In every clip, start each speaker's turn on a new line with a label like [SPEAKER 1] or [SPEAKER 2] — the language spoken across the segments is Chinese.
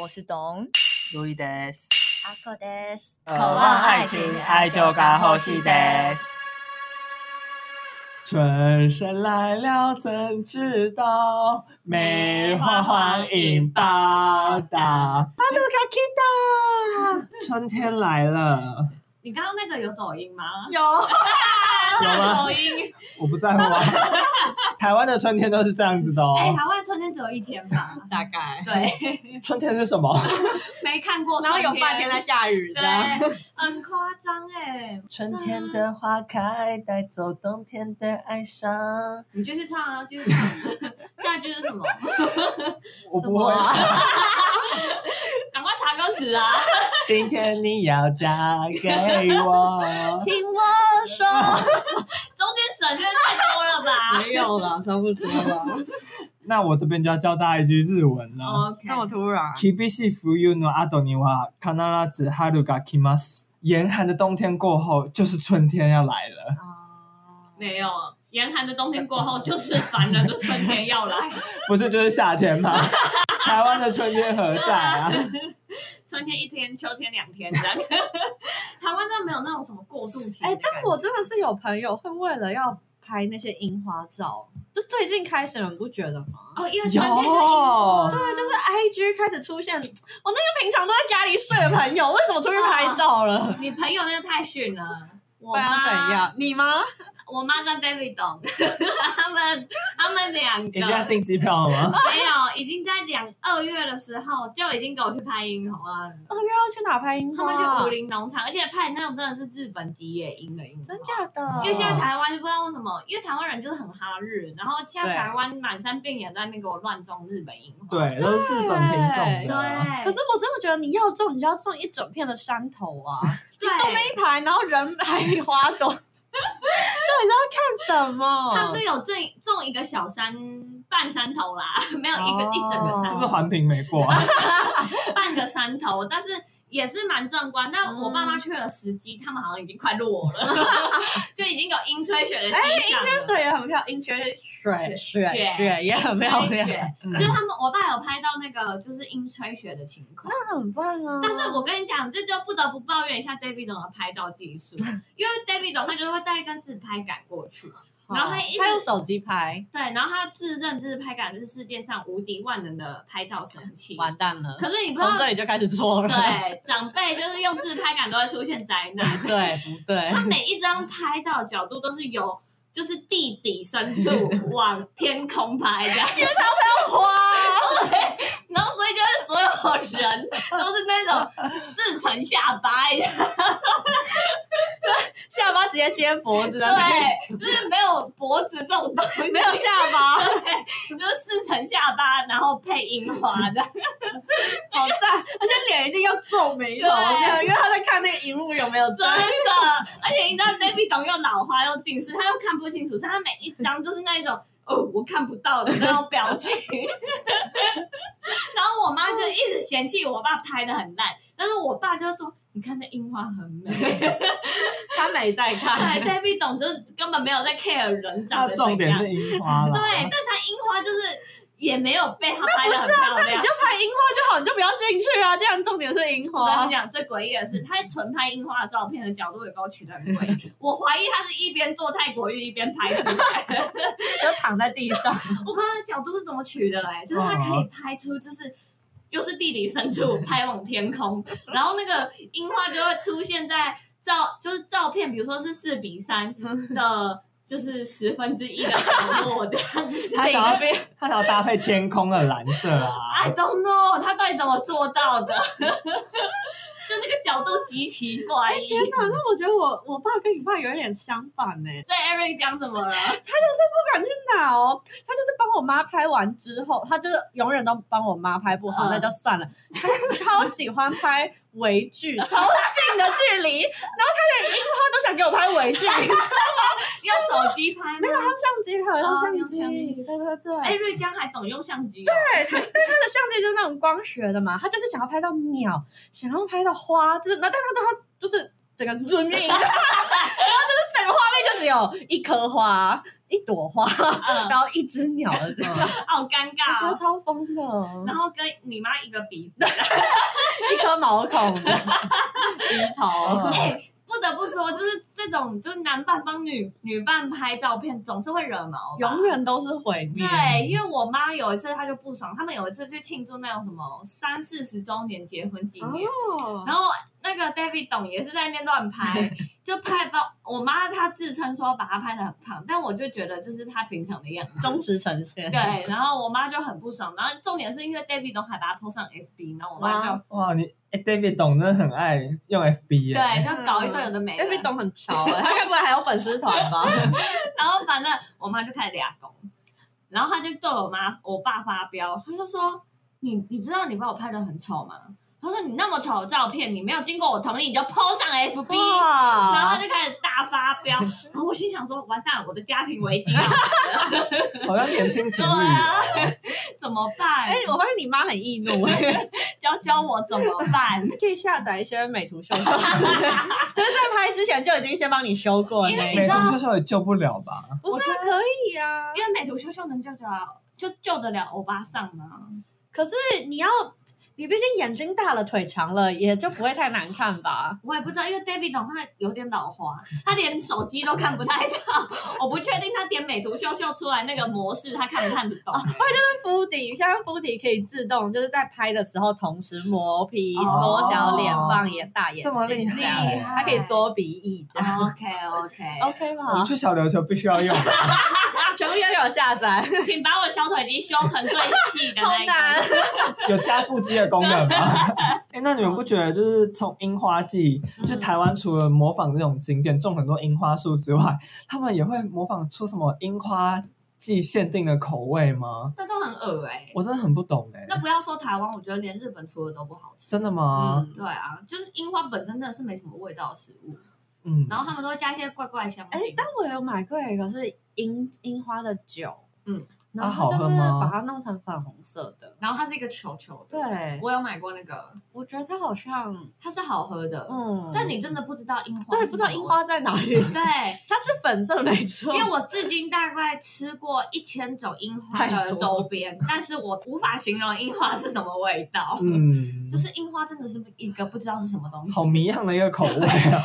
[SPEAKER 1] 我是董
[SPEAKER 2] 路易德斯，
[SPEAKER 1] 阿克德斯，
[SPEAKER 2] 渴望爱情，爱就该呼吸德。春神来了，怎知道？梅花欢迎报道。哈鲁卡基达，春天来了，
[SPEAKER 3] 你刚刚那个有走音吗？
[SPEAKER 1] 有
[SPEAKER 2] 有吗
[SPEAKER 1] 啊
[SPEAKER 3] 走？音。
[SPEAKER 2] 我不在乎 啊。台湾的春天都是这样子的哦。
[SPEAKER 3] 哎，台湾春天只有一天 吧？
[SPEAKER 1] 大概，
[SPEAKER 3] 对，
[SPEAKER 2] 春天是什么？
[SPEAKER 3] 没看过。
[SPEAKER 1] 然后有半天在。下雨
[SPEAKER 3] 对
[SPEAKER 1] 这样，
[SPEAKER 3] 很夸张哎。
[SPEAKER 2] 春天的花开，带走冬天的哀伤。
[SPEAKER 3] 你继续唱啊，继续 唱。下一句是什么？
[SPEAKER 2] 我不会
[SPEAKER 1] 什么
[SPEAKER 2] 唱。
[SPEAKER 3] 赶快查歌词啊！
[SPEAKER 2] 今天你要嫁给我。
[SPEAKER 1] 听我说，
[SPEAKER 3] 中间省略太多了吧
[SPEAKER 1] 没有 了，差不多了。
[SPEAKER 2] 那我这边就要教大家一句日文了。
[SPEAKER 3] ？OK，
[SPEAKER 1] 这么突然，
[SPEAKER 2] 厳しい冬の後には必ず春が来ます。严寒的冬天过后，就是春天要来了。
[SPEAKER 1] 哦，
[SPEAKER 3] 没有。严寒的冬天过后，就是烦人的春天 要来。
[SPEAKER 2] 不是就是夏天 吗？台湾的春天何在啊？
[SPEAKER 3] 春天一天，秋天两天这样。 台湾真的没有那种什么过渡期的
[SPEAKER 4] 哎、
[SPEAKER 3] 感觉。
[SPEAKER 4] 但我真的是有朋友会为了要拍那些樱花照，就最近开始了，你不觉得吗？
[SPEAKER 3] 哦，因为春天是樱花
[SPEAKER 2] 有，
[SPEAKER 4] 对，就是 I G 开始出现，我那个平常都在家里睡的朋友，为什么出去拍照 了？
[SPEAKER 3] 你朋友那个太逊了，我
[SPEAKER 4] 不然要
[SPEAKER 3] 妈
[SPEAKER 4] 怎？样？你吗？
[SPEAKER 3] 我妈跟 Baby 懂， 他们他们两个
[SPEAKER 2] 已经要订机票了吗？
[SPEAKER 3] 没有，已经在两二月的时候就已经给我去拍樱花了。
[SPEAKER 4] 二月要去哪拍樱
[SPEAKER 3] 他
[SPEAKER 4] 花？啊
[SPEAKER 3] 们去武林农场，而且拍的那种真的是日本吉野樱的樱花
[SPEAKER 4] 真。假的？
[SPEAKER 3] 因为现在台湾就不知道为什么，因为台湾人就是很哈日，然后现在
[SPEAKER 4] 对
[SPEAKER 3] 台湾满山遍野在那边给我乱种日本樱花。
[SPEAKER 2] 对，都是日本品种啊
[SPEAKER 3] 对，
[SPEAKER 2] 的。
[SPEAKER 4] 啊可是我真的觉得你要种，你就要种一整片的山头啊，
[SPEAKER 3] 对，
[SPEAKER 4] 种那一排，然后人还比花朵， 到底是要看什么？
[SPEAKER 3] 它是有种种一个小山半山头啦， 没有一个、
[SPEAKER 4] 哦
[SPEAKER 3] 一整个山头，
[SPEAKER 2] 是不是环评没过 啊？
[SPEAKER 3] 半个山头，但是也是蛮壮观。但我
[SPEAKER 4] 嗯
[SPEAKER 3] 爸妈去了十几，他们好像已经快落 了，就已经有樱吹雪的迹象了。
[SPEAKER 4] 哎樱水也很漂亮，樱泉水水
[SPEAKER 3] 雪
[SPEAKER 4] 水也很
[SPEAKER 3] 吹
[SPEAKER 4] 漂亮，
[SPEAKER 3] 雪，
[SPEAKER 2] 嗯
[SPEAKER 3] 就他们，我爸有拍到那个就是樱吹雪的情况。
[SPEAKER 4] 那很棒啊！
[SPEAKER 3] 但是我跟你讲，这就不得不抱怨一下 David 董的拍照 技术，因为 David 董他就是会带一根自拍杆过去，
[SPEAKER 4] 好
[SPEAKER 3] 然后还一直
[SPEAKER 4] 他用手机拍，
[SPEAKER 3] 对，然后他自认自拍杆是世界上无敌万能的拍照神器。
[SPEAKER 4] 完蛋了，
[SPEAKER 3] 可是你不知道
[SPEAKER 4] 从，这里就开始错了，
[SPEAKER 3] 对长辈就是用自拍杆都会出现灾难。
[SPEAKER 4] 对不 对？
[SPEAKER 3] 他每一张拍照的角度都是由就是地底 深处往天空拍的，
[SPEAKER 4] 哇，
[SPEAKER 3] 然后所以就是所有人都是那种四层下巴的，
[SPEAKER 4] 下巴直接接脖子的，，
[SPEAKER 3] 对，就是没有脖子这种东西，
[SPEAKER 4] 没有下巴，
[SPEAKER 3] 对，就是四层下巴，然后配樱花 的，
[SPEAKER 4] 好赞！而且脸一定要皱眉头，
[SPEAKER 3] 对
[SPEAKER 4] 这样因为他在看那个荧幕有没有
[SPEAKER 3] 真的。而且你知道 David 董又老花又近视，他又看不清楚，所以他每一张就是那一种。哦，我看不到的那种表情，然后我妈就一直嫌弃我爸拍的很烂，但是我爸就说：“你看这樱花很美。”
[SPEAKER 4] 他没在看，
[SPEAKER 3] 对，David 董就是根本没有在 care 人长
[SPEAKER 2] 那
[SPEAKER 3] 得怎
[SPEAKER 2] 重点
[SPEAKER 3] 样。
[SPEAKER 2] 是樱花了。
[SPEAKER 3] 对，
[SPEAKER 4] 哦
[SPEAKER 3] 但他樱花就是也没有被他拍的很漂
[SPEAKER 4] 啊你
[SPEAKER 3] 亮
[SPEAKER 4] 就。拍樱花就好，你就不要进去啊，这样重点是樱
[SPEAKER 3] 我跟
[SPEAKER 4] 花
[SPEAKER 3] 你。讲，最诡异的
[SPEAKER 4] 嗯
[SPEAKER 3] 是，他纯拍樱花的照片的角度也给我取得很诡 异。我怀疑他是一边做泰国浴一边拍出来的，
[SPEAKER 4] 就躺在地 上，
[SPEAKER 3] 我不知道他的角度是怎么取的 哎、
[SPEAKER 4] 哦
[SPEAKER 3] 就是他可以拍出就是。又是地理深处拍往天空，然后那个樱花就会出现在照，就是照片，比如说是四比三
[SPEAKER 4] 嗯
[SPEAKER 3] 的，就是十分之一的角落这样子。
[SPEAKER 2] 他想要他想要搭配天空的蓝色啊
[SPEAKER 3] I。don't know，他到底怎么做到的？ 就那个角度极其怪异。
[SPEAKER 4] 哎 天哪！那我觉得我我爸跟你爸有一点相反呢、
[SPEAKER 3] 所以 Eric 讲怎么了？
[SPEAKER 4] 哪哦，他就是帮我妈拍完之后，他就是永远都帮我妈拍不好，
[SPEAKER 3] 嗯
[SPEAKER 4] 那就算了。他超喜欢拍微距， 超近的距离，然后他连樱花都想给我拍微 距，
[SPEAKER 3] 用手机拍
[SPEAKER 4] 没有，他
[SPEAKER 3] 吗
[SPEAKER 4] 用相机，他有用
[SPEAKER 3] 哦用
[SPEAKER 4] 相
[SPEAKER 3] 相
[SPEAKER 4] 机，哎对对对。
[SPEAKER 3] ？Eric 江还懂用相机、哦，
[SPEAKER 4] 对他，但他的相机就是那种光学的嘛，他就是想要拍到鸟， 想要拍到花，就是那但他都他就是整个润面，然后就是整整个画面就只有一棵花、一朵花，
[SPEAKER 3] 嗯，
[SPEAKER 4] 然后一只鸟的这个，
[SPEAKER 3] 好尴
[SPEAKER 4] 啊我觉
[SPEAKER 3] 尬
[SPEAKER 4] 得
[SPEAKER 3] 哦。
[SPEAKER 4] 超疯的，
[SPEAKER 3] 然后跟你妈一个鼻子，
[SPEAKER 4] 一颗毛孔，鼻头，
[SPEAKER 3] 哎、不得不说，就是这种就是男伴帮女女伴拍照片，总是会惹毛吧，
[SPEAKER 4] 永远都是毁灭。
[SPEAKER 3] 对，因为我妈有一次她就不爽，他们有一次去庆祝那种什么三四十周年结婚纪念，
[SPEAKER 4] 哦，
[SPEAKER 3] 然后那个 David 董也是在那边乱拍，就拍到我妈她自称说把她拍的很胖，但我就觉得就是她平常的样 子。
[SPEAKER 4] 忠实呈现，
[SPEAKER 3] 对，然后我妈就很不爽，然后重点是因为 David 董还把她 po 上 FB，然后我妈就、
[SPEAKER 2] 哇，你哎、David 懂真的很爱用 FB 耶、
[SPEAKER 3] 对，就搞一堆有的没的，
[SPEAKER 4] 因为懂很潮欸，他该不会还有粉丝团吧？
[SPEAKER 3] 然后反正我妈就开始俩工，然后她就对我妈我爸发飙，她就说：“你你知道你把我拍的很丑吗？”她说：“你那么丑的照片，你没有经过我同 意你就 PO 上 FB。”然后
[SPEAKER 4] 哇
[SPEAKER 3] 她就开始大发飙， 然后我心想说：“完蛋了，我的家庭危机要来了，
[SPEAKER 2] 好像年轻情侣、
[SPEAKER 3] 对啊怎么办？
[SPEAKER 4] 哎，我发现你妈很易 怒，
[SPEAKER 3] 教教我怎么办
[SPEAKER 4] 你可以下载一些美图秀秀，就是在拍之前就已经先帮你修过
[SPEAKER 3] 因为
[SPEAKER 4] 那
[SPEAKER 3] 你
[SPEAKER 4] 一
[SPEAKER 2] 美
[SPEAKER 3] 知
[SPEAKER 4] 种
[SPEAKER 3] 道
[SPEAKER 2] 图秀秀也救不了吧？
[SPEAKER 4] 不是啊可以啊？”
[SPEAKER 3] 因为美图秀秀能救得了，就救得了欧巴桑吗？
[SPEAKER 4] 可是你要，你毕竟眼睛大了，腿长了，也就不会太难看吧？
[SPEAKER 3] 我也不知道，因为 David 董他有点老花，他连手机都看不太到，我不确定他点美图秀秀出来那个模式他看不看得懂。
[SPEAKER 4] 敷底，现在敷底可以自动，就是在拍的时候同时磨皮、缩小脸、
[SPEAKER 2] 哦
[SPEAKER 4] 放眼大眼睛，
[SPEAKER 2] 这么厉
[SPEAKER 3] 厉
[SPEAKER 2] 害
[SPEAKER 3] 害，
[SPEAKER 4] 还可以缩鼻翼这样。
[SPEAKER 3] OK OK，
[SPEAKER 4] 哦 OK
[SPEAKER 2] 我
[SPEAKER 4] 吗
[SPEAKER 2] 们？去小琉球必须要用 吧，
[SPEAKER 4] 啊全部要有下 载，
[SPEAKER 3] 请把我小腿肌修成最细的
[SPEAKER 4] 好
[SPEAKER 3] 那一
[SPEAKER 4] 难
[SPEAKER 3] 个。。
[SPEAKER 2] 有加腹肌的功能 吗？哎、那你们不觉得就是从樱花季，
[SPEAKER 3] 嗯
[SPEAKER 2] 就台湾除了模仿这种景点种很多樱花树之外， 他们也会模仿出什么樱花季限定的口味吗？
[SPEAKER 3] 那都很恶哎、
[SPEAKER 2] 我真的很不懂哎、
[SPEAKER 3] 那不要说台湾，我觉得连日本出的都不好吃。
[SPEAKER 2] 真的吗？
[SPEAKER 3] 对啊，就是樱花本身真的是没什么味道的食物，
[SPEAKER 2] 嗯，
[SPEAKER 3] 然后他们都会加一些怪怪的香
[SPEAKER 4] 哎、
[SPEAKER 3] 精。
[SPEAKER 4] 但我有买过一个是樱樱花的酒，
[SPEAKER 3] 嗯，
[SPEAKER 4] 然
[SPEAKER 2] 啊好
[SPEAKER 4] 后它就
[SPEAKER 2] 喝
[SPEAKER 4] 是
[SPEAKER 2] 吗
[SPEAKER 4] 把它弄成粉红色的。
[SPEAKER 3] 然后它是一个球球的，
[SPEAKER 4] 对，我
[SPEAKER 3] 我有买过那个，
[SPEAKER 4] 我觉得它好像，
[SPEAKER 3] 它是好喝的，
[SPEAKER 4] 嗯，
[SPEAKER 3] 但你真的不知道樱花，
[SPEAKER 4] 对，不知道樱，花在哪里，
[SPEAKER 3] 对。
[SPEAKER 4] 它是粉色没错，
[SPEAKER 3] 因为我至今大概吃过一千种樱花的周边，但是我无法形容樱花是什么味道。
[SPEAKER 2] 嗯，
[SPEAKER 3] 就是樱花真的是一个不知道是什么东西，
[SPEAKER 2] 好迷样的一个口味啊！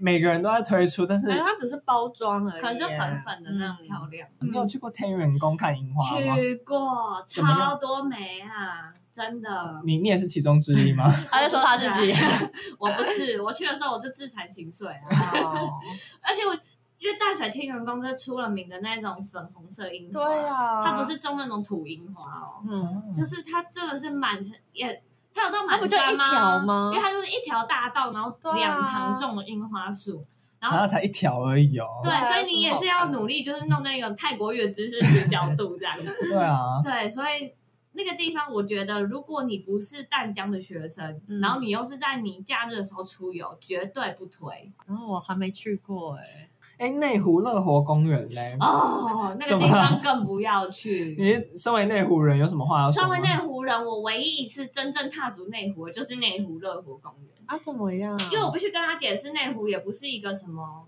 [SPEAKER 2] 每个人都在推出，但是
[SPEAKER 3] 哎
[SPEAKER 4] 没有哎它只是包装而已，
[SPEAKER 3] 可能就粉粉的那样漂
[SPEAKER 4] 亮。
[SPEAKER 3] 亮。
[SPEAKER 2] 你有去过天元宫看樱花吗？
[SPEAKER 3] 嗯去过
[SPEAKER 2] 怎么样
[SPEAKER 3] 超多梅啊，真的。
[SPEAKER 2] 你你也是其中之一吗？
[SPEAKER 4] 他在说他自己，
[SPEAKER 3] 我不是，我去的时候我就自惭形秽啊。
[SPEAKER 4] 哦
[SPEAKER 3] 而且我因为淡水天元宫就是出了名的那种粉红色樱花，
[SPEAKER 4] 对啊，
[SPEAKER 3] 它不，是种那种土樱花哦，
[SPEAKER 4] 嗯，
[SPEAKER 3] 就是它真的是满身也，它有到满
[SPEAKER 4] 它不就
[SPEAKER 3] 山
[SPEAKER 4] 一条吗
[SPEAKER 3] 因为它就是一条大道，然后
[SPEAKER 4] 对啊
[SPEAKER 3] 两旁种了樱花树，
[SPEAKER 2] 然
[SPEAKER 3] 然
[SPEAKER 2] 后
[SPEAKER 3] 后。
[SPEAKER 2] 才一条而已哦。
[SPEAKER 3] 对，
[SPEAKER 4] 对
[SPEAKER 3] 所
[SPEAKER 4] 啊
[SPEAKER 3] 以你也是要努力，就是弄那种泰国语的知识去角度这样子。
[SPEAKER 2] 对啊，
[SPEAKER 3] 对，所以那个地方，我觉得如果你不是淡江的学生，
[SPEAKER 4] 嗯
[SPEAKER 3] 然后你又是在你假日的时候出游，绝对不推
[SPEAKER 4] 然后我还没去过哎，
[SPEAKER 2] 哎，内湖乐活公园嘞，
[SPEAKER 3] 哦。那个地方更不要去。
[SPEAKER 2] 嗯 你身为内湖人有什么话要说
[SPEAKER 3] 身
[SPEAKER 2] 吗？
[SPEAKER 3] 为内湖人，我唯一一次真正踏足内湖，就是内湖乐活公园。
[SPEAKER 4] 啊怎么样？
[SPEAKER 3] 因为我必须跟他解释，内湖也不是一个什么，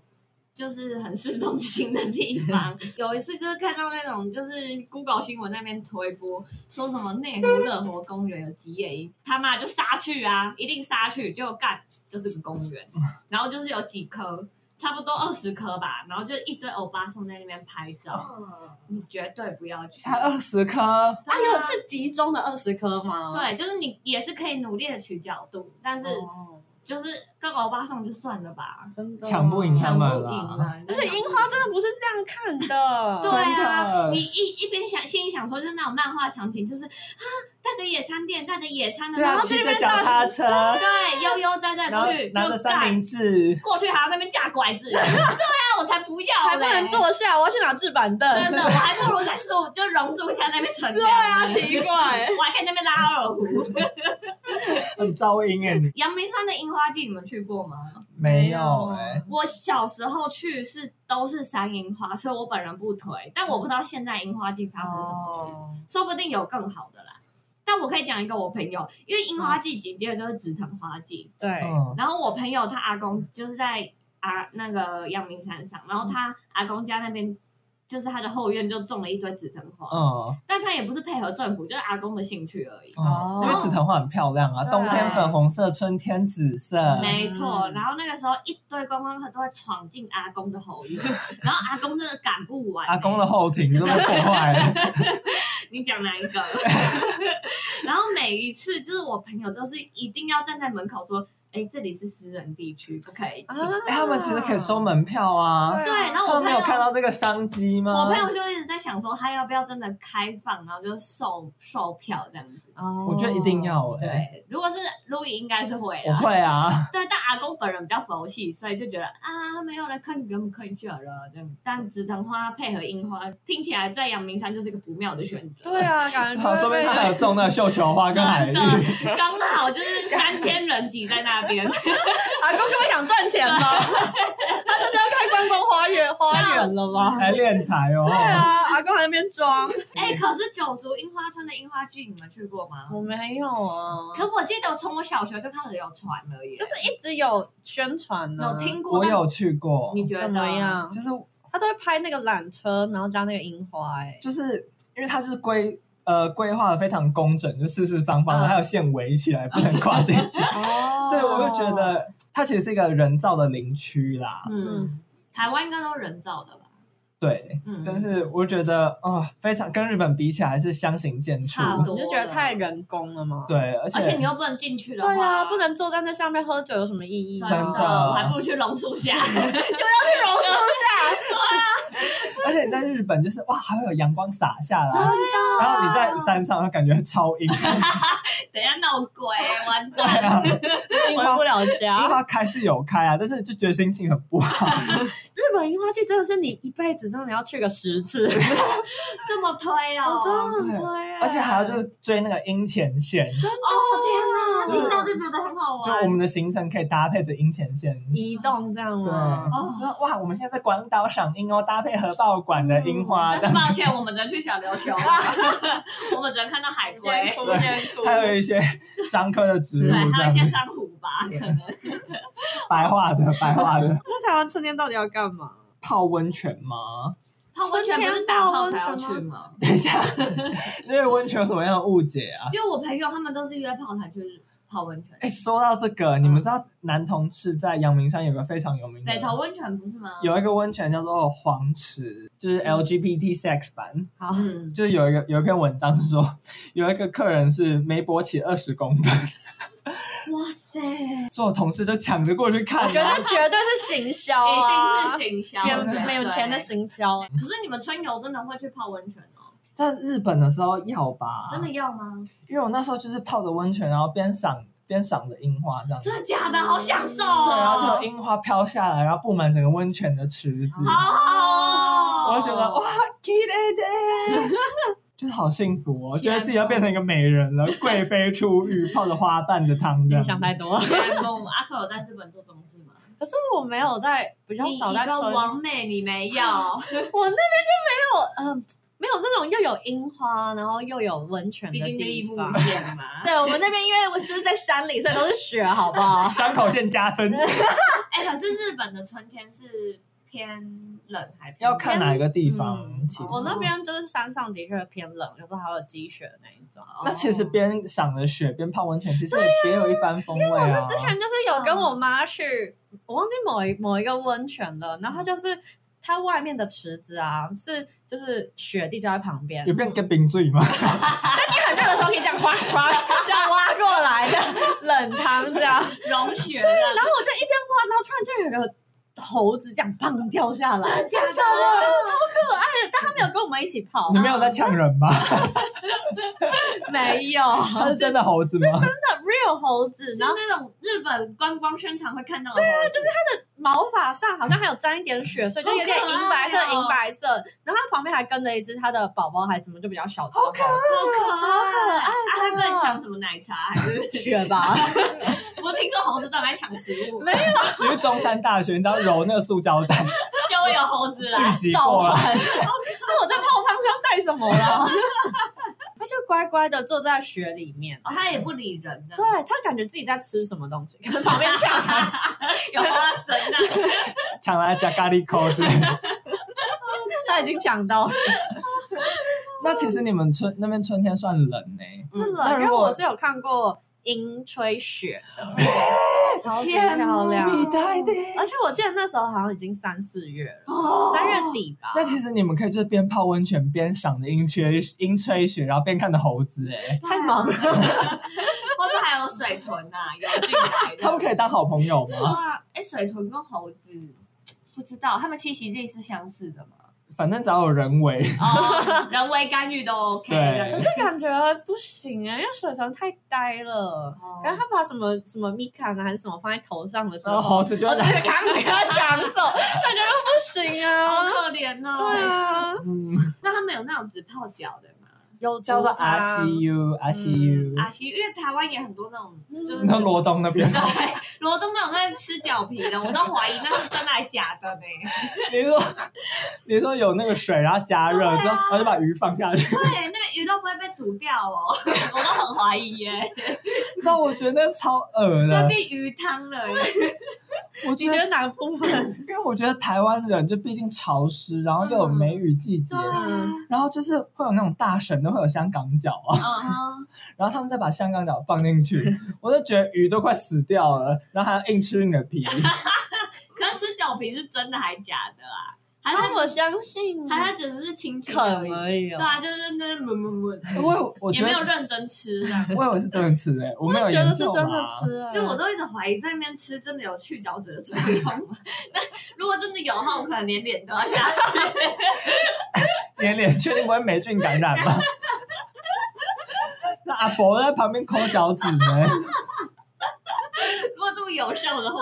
[SPEAKER 3] 就是很市中心的地 方。有一次就是看到那种，就是 Google 新闻那边推播，说什么内湖乐活公园有吉野樱，他妈就杀去啊，一定杀去，结果干就是个公 园，然后就是有几棵。差不多二十棵吧，然后就一堆欧巴送在那边拍
[SPEAKER 4] 哦
[SPEAKER 3] 照，
[SPEAKER 4] 啊
[SPEAKER 3] 你绝对不要去。
[SPEAKER 2] 才二十颗，
[SPEAKER 3] 对啊
[SPEAKER 4] 有是集中的二十颗吗？
[SPEAKER 3] 对，就是你也是可以努力的取角度，但是
[SPEAKER 4] 哦，
[SPEAKER 3] 就是跟欧巴送就算了吧。
[SPEAKER 4] 真的哦
[SPEAKER 2] 抢不赢他
[SPEAKER 3] 抢
[SPEAKER 2] 们
[SPEAKER 3] 不
[SPEAKER 2] 了
[SPEAKER 3] 赢了，
[SPEAKER 4] 而且樱花真的不是这样看的，
[SPEAKER 3] 对
[SPEAKER 2] 真
[SPEAKER 3] 啊，
[SPEAKER 4] 嗯
[SPEAKER 2] 的
[SPEAKER 3] 你一一边想，心里想说，就是那种漫画场景，就是啊，带着野餐垫，带着野餐的，
[SPEAKER 2] 对
[SPEAKER 3] 然
[SPEAKER 2] 啊，
[SPEAKER 3] 后
[SPEAKER 2] 骑
[SPEAKER 3] 去那
[SPEAKER 2] 着
[SPEAKER 3] 边
[SPEAKER 2] 脚踏车，
[SPEAKER 3] 对，悠悠哉哉
[SPEAKER 2] 然后
[SPEAKER 3] 过去
[SPEAKER 2] 拿着
[SPEAKER 3] 就
[SPEAKER 2] 三
[SPEAKER 3] 干
[SPEAKER 2] 明，治，
[SPEAKER 3] 过去还要那边架 拐子，对啊，我才不要嘞，
[SPEAKER 4] 还不能，坐下，我要去拿制板凳。
[SPEAKER 3] 真的，我还不如在树就榕树下那边乘
[SPEAKER 4] 对
[SPEAKER 3] 凉，
[SPEAKER 4] 啊，奇怪，
[SPEAKER 3] 我还可以在那边拉二胡。
[SPEAKER 2] 很噪音哎。
[SPEAKER 3] 阳明山的樱花季你们去过吗？
[SPEAKER 2] 没
[SPEAKER 4] 哦
[SPEAKER 2] 有哎，
[SPEAKER 3] 我小时候去是都是山樱花，所以我本人不推，但我不知道现在樱花季发生什么事。
[SPEAKER 4] 哦，
[SPEAKER 3] 说不定有更好的啦。但我可以讲一个我朋友，因为樱花季紧接着就是紫藤花季，
[SPEAKER 4] 对，
[SPEAKER 2] 嗯，
[SPEAKER 3] 然后我朋友他阿公就是在。啊那个阳明山上，然
[SPEAKER 2] 嗯
[SPEAKER 3] 后他阿公家那边就是他的后院就种了一堆紫藤花，
[SPEAKER 2] 嗯，
[SPEAKER 3] 但他也不是配合政府，就是阿公的兴趣而已。
[SPEAKER 2] 哦
[SPEAKER 4] 哦，
[SPEAKER 2] 因为紫藤花很漂亮啊，
[SPEAKER 4] 对
[SPEAKER 2] 冬天粉红色，春天紫色，
[SPEAKER 3] 没错，然后那个时候一堆观光客都会闯进阿公的后 院，然后阿公真的赶不完、
[SPEAKER 2] 阿公的后庭都被破坏 了，
[SPEAKER 3] 你讲哪一 个？然后每一次就是我朋友都是一定要站在门口说，哎、这里是私人地区，不可以进。
[SPEAKER 2] 哎他们其实可以收门票啊，
[SPEAKER 3] 对，然后
[SPEAKER 2] 他
[SPEAKER 3] 我
[SPEAKER 2] 们没
[SPEAKER 3] 朋
[SPEAKER 2] 有
[SPEAKER 3] 友
[SPEAKER 2] 看到这个商机吗？
[SPEAKER 3] 我朋友就一直在想说，他要不要真的开放，然后就售售票这样子。
[SPEAKER 4] 哦
[SPEAKER 2] 我觉得一定。要哎、
[SPEAKER 3] 对，如果是露营应该是会
[SPEAKER 2] 我
[SPEAKER 3] 啦。
[SPEAKER 2] 会 啊，
[SPEAKER 3] 对，但阿公本人比较佛系，所以就觉得啊，没有人看你给我们看就好了这样。但紫藤花配合樱花，听起来在阳明山就是一个不妙的选择。
[SPEAKER 4] 对啊，感觉
[SPEAKER 2] 好，说不定他还有种那个绣球花跟海
[SPEAKER 3] 真
[SPEAKER 2] 芋
[SPEAKER 3] 的，刚好就是三千人挤在那边，
[SPEAKER 4] 阿公根本想赚钱 吧？他就是要开观光花园花园了吗？
[SPEAKER 2] 还练财哦
[SPEAKER 4] 对。啊，阿公还在那边装，
[SPEAKER 3] 哎、可是九族樱花村的樱花季你们去过吗？
[SPEAKER 4] 嗯我没有啊，
[SPEAKER 3] 可我记得我从我小学就开始有传了耶，
[SPEAKER 4] 就是一直有宣传呢，
[SPEAKER 3] 有听过。
[SPEAKER 2] 我有去过，
[SPEAKER 3] 你觉得啊
[SPEAKER 4] 怎么？样
[SPEAKER 2] 就？是
[SPEAKER 4] 他都会拍那个缆车，然后加那个樱花，哎，
[SPEAKER 2] 就是因为它是规呃规划的非常工整，就四四方方的，
[SPEAKER 4] 嗯
[SPEAKER 2] 还有线围起来，不能跨进 去，
[SPEAKER 4] 哦
[SPEAKER 2] 所以我就觉，得它其实是一个人造的林区啦。
[SPEAKER 3] 嗯，台湾应该都是人造的吧？
[SPEAKER 2] 对，
[SPEAKER 3] 嗯，
[SPEAKER 2] 但是我觉得啊、非常跟日本比起来是相形见绌。
[SPEAKER 3] 差不多
[SPEAKER 4] 你就觉得太人工了吗？。
[SPEAKER 2] 对，而且
[SPEAKER 3] 而且你又不能进去的话，
[SPEAKER 4] 对啊，不能坐在那上面喝酒有什么意义？
[SPEAKER 3] 真
[SPEAKER 2] 真的
[SPEAKER 3] 的，我还不如去榕树下。
[SPEAKER 4] 啊
[SPEAKER 2] 而且你在日本就是哇，还会有阳光洒下
[SPEAKER 3] 真
[SPEAKER 2] 来，
[SPEAKER 3] 的，
[SPEAKER 2] 然后你在山上就感觉超阴，
[SPEAKER 3] 等一下闹鬼，完
[SPEAKER 2] 对
[SPEAKER 3] 蛋。
[SPEAKER 2] 啊，
[SPEAKER 4] 回不了
[SPEAKER 2] 樱
[SPEAKER 4] 家。
[SPEAKER 2] 花开是有开啊，但是就觉得心情很不好。
[SPEAKER 3] 啊
[SPEAKER 4] 日本樱花季真的是你一辈子真的要去个 十次，
[SPEAKER 3] 这么推哦！
[SPEAKER 4] 我真的
[SPEAKER 3] 哦
[SPEAKER 4] 很推耶，
[SPEAKER 2] 啊而且还要就是追那个樱前线，
[SPEAKER 3] 天哪，哦听到就觉得很好
[SPEAKER 2] 就
[SPEAKER 3] 玩。
[SPEAKER 2] 我们的行程可以搭配着樱前线。
[SPEAKER 4] 移动这样
[SPEAKER 2] 对，
[SPEAKER 4] 吗？
[SPEAKER 3] 哦
[SPEAKER 2] 那哇，我们现在在广岛赏樱哦，搭配核爆馆的樱花，
[SPEAKER 3] 但
[SPEAKER 2] 啊这
[SPEAKER 3] 是
[SPEAKER 2] 样
[SPEAKER 3] 嗯
[SPEAKER 2] 子，
[SPEAKER 3] 抱歉，我们只能去小琉球，我们只能看到海龟，
[SPEAKER 4] 哭先哭
[SPEAKER 2] 还有一些樟科的植物，
[SPEAKER 3] 对，
[SPEAKER 2] 这
[SPEAKER 3] 还有一
[SPEAKER 2] 样
[SPEAKER 3] 些
[SPEAKER 2] 子，
[SPEAKER 3] 珊瑚吧，可能。
[SPEAKER 2] 白化的白化的
[SPEAKER 4] 那台湾春天到底要干嘛？
[SPEAKER 2] 泡温泉吗？
[SPEAKER 3] 泡温泉不是打泡才要去吗？
[SPEAKER 2] 等一下， 对温泉有什么样的误解啊？
[SPEAKER 3] 因为我朋友他们都是约泡才去泡温泉，
[SPEAKER 2] 哎，说到这个，
[SPEAKER 3] 嗯
[SPEAKER 2] 你们知道南同市在阳明山有个非常有名的
[SPEAKER 3] 北投温泉不是吗？
[SPEAKER 2] 有一个温泉叫做黄池，就是 LGBT sex 版，
[SPEAKER 4] 好，
[SPEAKER 3] 嗯，
[SPEAKER 2] 就是有一个有一篇文章是说，有一个客人是没勃起二十公分，
[SPEAKER 3] 哇塞，一
[SPEAKER 2] 所有同事就抢着过去看
[SPEAKER 4] 我觉
[SPEAKER 2] 啊、
[SPEAKER 4] 得绝对是行
[SPEAKER 3] 哦
[SPEAKER 4] 销啊，
[SPEAKER 3] 定是行销，
[SPEAKER 2] 天
[SPEAKER 4] 没有钱的
[SPEAKER 3] 对。
[SPEAKER 4] 行销。
[SPEAKER 3] 可是你们春游真的会去泡温泉哦？
[SPEAKER 2] 在日本的时候要吧，
[SPEAKER 3] 真的，要吗？
[SPEAKER 2] 因为我那时候就是泡着温泉，然后边赏边赏着樱花这样子，
[SPEAKER 3] 真的假的？好享受
[SPEAKER 2] 对，
[SPEAKER 3] 哦！
[SPEAKER 2] 然后就有樱花飘下来，然后布满整个温泉的池子，
[SPEAKER 3] 好好哦，
[SPEAKER 2] 我就觉得哇 k i t it is。就是 好幸福哦，觉得自己要变成一个美人了，贵妃出浴，泡着花瓣的汤这样
[SPEAKER 4] 你
[SPEAKER 2] 子。
[SPEAKER 4] 想太多，
[SPEAKER 3] 羡慕阿克有在日本做这种事吗？
[SPEAKER 4] 可是我没有在比较
[SPEAKER 3] 你
[SPEAKER 4] 少在
[SPEAKER 3] 一个
[SPEAKER 4] 春，
[SPEAKER 3] 完美，你没有，
[SPEAKER 4] 我那边就没有，嗯、没有这种又有樱花，然后又有温泉的
[SPEAKER 3] 毕竟就
[SPEAKER 4] 地
[SPEAKER 3] 一目
[SPEAKER 4] 方
[SPEAKER 3] 无。见 嘛。
[SPEAKER 4] 对我们那边，因为我就是在山里，所以都是雪，好不好？
[SPEAKER 2] 伤口线加 分，
[SPEAKER 3] 哎、可是日本的春天是偏冷还偏
[SPEAKER 2] 要看哪一个地方。嗯其实
[SPEAKER 4] 我哦那边就是山上的确偏冷，有时候还有积雪那一种。
[SPEAKER 3] 哦
[SPEAKER 2] 那其实边赏着雪边泡温泉，其实也别有一番风味啊。
[SPEAKER 4] 我们之前就是有跟我妈去，我忘记某一某一个温泉了，然后就是它外面的池子啊，是就是雪地就在旁边，
[SPEAKER 2] 有变跟冰醉吗？
[SPEAKER 4] 很热的时候可以这样哗哗这样挖过来的冷汤这 样，
[SPEAKER 3] 融雪了，
[SPEAKER 4] 然后我就一边挖，然后突然就有个猴子这样砰掉下 来，
[SPEAKER 3] 假的？
[SPEAKER 4] 可爱的，但它没有跟我们一起跑
[SPEAKER 2] 你，没有在呛人吧？
[SPEAKER 4] 没有，
[SPEAKER 2] 它是真的猴子吗？
[SPEAKER 4] 哦真的 real 猴子，
[SPEAKER 3] 是
[SPEAKER 4] 然后
[SPEAKER 3] 那种日本观光宣传会看到的，对啊，就是
[SPEAKER 4] 毛发上好像还有沾一点血，所以就有点
[SPEAKER 3] 好可爱哦
[SPEAKER 4] 银白色银白色，然后它旁边还跟着一只它的宝宝，还怎么就比较小，好可哦
[SPEAKER 3] 好可爱，啊，他
[SPEAKER 4] 真的
[SPEAKER 3] 跟你抢什么奶茶？还是
[SPEAKER 4] 血吧。
[SPEAKER 3] 我听说猴子都来抢食物，
[SPEAKER 4] 没
[SPEAKER 2] 因为中山大学，你知道揉那个塑胶袋，
[SPEAKER 3] 就会有猴 子来
[SPEAKER 2] 聚集
[SPEAKER 4] 召
[SPEAKER 2] 过来。
[SPEAKER 4] 唤。那我在泡汤是要带什么了？他就乖乖的坐在雪里面。
[SPEAKER 3] 哦，他也不理人的，
[SPEAKER 4] 对他感觉自己在吃什么东西，可能旁边抢来
[SPEAKER 3] 有花生啊，
[SPEAKER 2] 抢来加咖喱扣之类 的。
[SPEAKER 4] 他已经抢到了，
[SPEAKER 2] 那其实你们春那边春天算冷呢、
[SPEAKER 4] 是
[SPEAKER 2] 那
[SPEAKER 4] 了。
[SPEAKER 2] 如
[SPEAKER 4] 因为
[SPEAKER 2] 果
[SPEAKER 4] 我是有看过鹰吹雪的，超级
[SPEAKER 3] 天哪
[SPEAKER 4] 漂亮。
[SPEAKER 2] 你带的。
[SPEAKER 4] 而且我记得那时候好像已经三四月了，
[SPEAKER 3] 哦
[SPEAKER 4] 三月底吧。
[SPEAKER 2] 那其实你们可以就是边泡温泉边赏着鹰吹鹰吹雪，然后边看着猴子、哎，
[SPEAKER 4] 太忙了，
[SPEAKER 3] 会不会还有水豚啊游进来的？
[SPEAKER 2] 他们可以当好朋友吗？
[SPEAKER 3] 哇，哎，水豚跟猴子不知道他们栖息地是相似的 吗？
[SPEAKER 2] 反正只要有人为，
[SPEAKER 3] 哦，人为干预都 OK。
[SPEAKER 2] 对
[SPEAKER 4] 可是感觉不行啊，因为水豚太呆了。
[SPEAKER 3] 哦
[SPEAKER 4] 然后他把什么什么米卡呢，还是什么放在头上的时
[SPEAKER 2] 然
[SPEAKER 4] 候，
[SPEAKER 2] 后猴子就
[SPEAKER 4] 我
[SPEAKER 2] 会
[SPEAKER 4] 这
[SPEAKER 2] 来
[SPEAKER 4] 个扛给 他抢走，他觉得不行
[SPEAKER 3] 好
[SPEAKER 4] 啊。
[SPEAKER 3] 可怜
[SPEAKER 4] 对
[SPEAKER 3] 哦。
[SPEAKER 4] 啊，
[SPEAKER 2] 嗯，
[SPEAKER 3] 那他们有那种只泡脚的吗？
[SPEAKER 4] 有啊
[SPEAKER 2] 叫做
[SPEAKER 4] 阿
[SPEAKER 2] RCU RCU，
[SPEAKER 3] 阿西，因为台湾也很多那种，就是
[SPEAKER 2] 那罗东那边，
[SPEAKER 3] 对，罗东那种在吃脚皮的，我都怀疑那是真的还假的呢。
[SPEAKER 2] 你说你说有那个水，然后加热，
[SPEAKER 3] 对啊
[SPEAKER 2] 之后然后就把鱼放下去。
[SPEAKER 3] 对，那个鱼都不会被煮掉哦， 我 都很怀疑耶，
[SPEAKER 2] 你知道，我觉得那超恶
[SPEAKER 3] 那
[SPEAKER 2] 的。
[SPEAKER 3] 变鱼汤了耶。
[SPEAKER 2] 我
[SPEAKER 4] 你
[SPEAKER 2] 觉
[SPEAKER 4] 觉
[SPEAKER 2] 得，
[SPEAKER 4] 得哪个部分？
[SPEAKER 2] 因为我觉得台湾人就毕竟潮湿，然后又有梅雨季节，
[SPEAKER 3] 嗯
[SPEAKER 2] 然后就是会有那种大神都会有香港脚啊，
[SPEAKER 3] 哼，
[SPEAKER 2] 然后他们再把香港脚放进去，我就觉得鱼都快死掉了，然后还要硬吃你的 皮。
[SPEAKER 3] 可是吃脚皮是真的还假的啊？还是
[SPEAKER 4] 啊，
[SPEAKER 3] 他
[SPEAKER 4] 我相信
[SPEAKER 3] 还是他只是轻轻而
[SPEAKER 4] 啃
[SPEAKER 3] 已？
[SPEAKER 4] 而已
[SPEAKER 3] 对
[SPEAKER 4] 哦。
[SPEAKER 3] 啊，就是那么么么，
[SPEAKER 2] 我有我
[SPEAKER 3] 也
[SPEAKER 2] 觉
[SPEAKER 3] 没有
[SPEAKER 2] 得，
[SPEAKER 3] 认真吃啊。
[SPEAKER 2] 我以为是真的吃诶、我没有
[SPEAKER 4] 觉得
[SPEAKER 2] 研
[SPEAKER 4] 是
[SPEAKER 2] 究
[SPEAKER 4] 真的
[SPEAKER 2] 嘛。
[SPEAKER 4] 吃啊，
[SPEAKER 3] 因为我都一直怀疑在那边吃真的有去角质的作用吗？ 那如果真的有的话，我可能连脸都要 下去。
[SPEAKER 2] 脸脸确定不会霉菌感染吗？ 那阿伯在旁边抠脚趾呢，
[SPEAKER 3] 如果这么有效的话，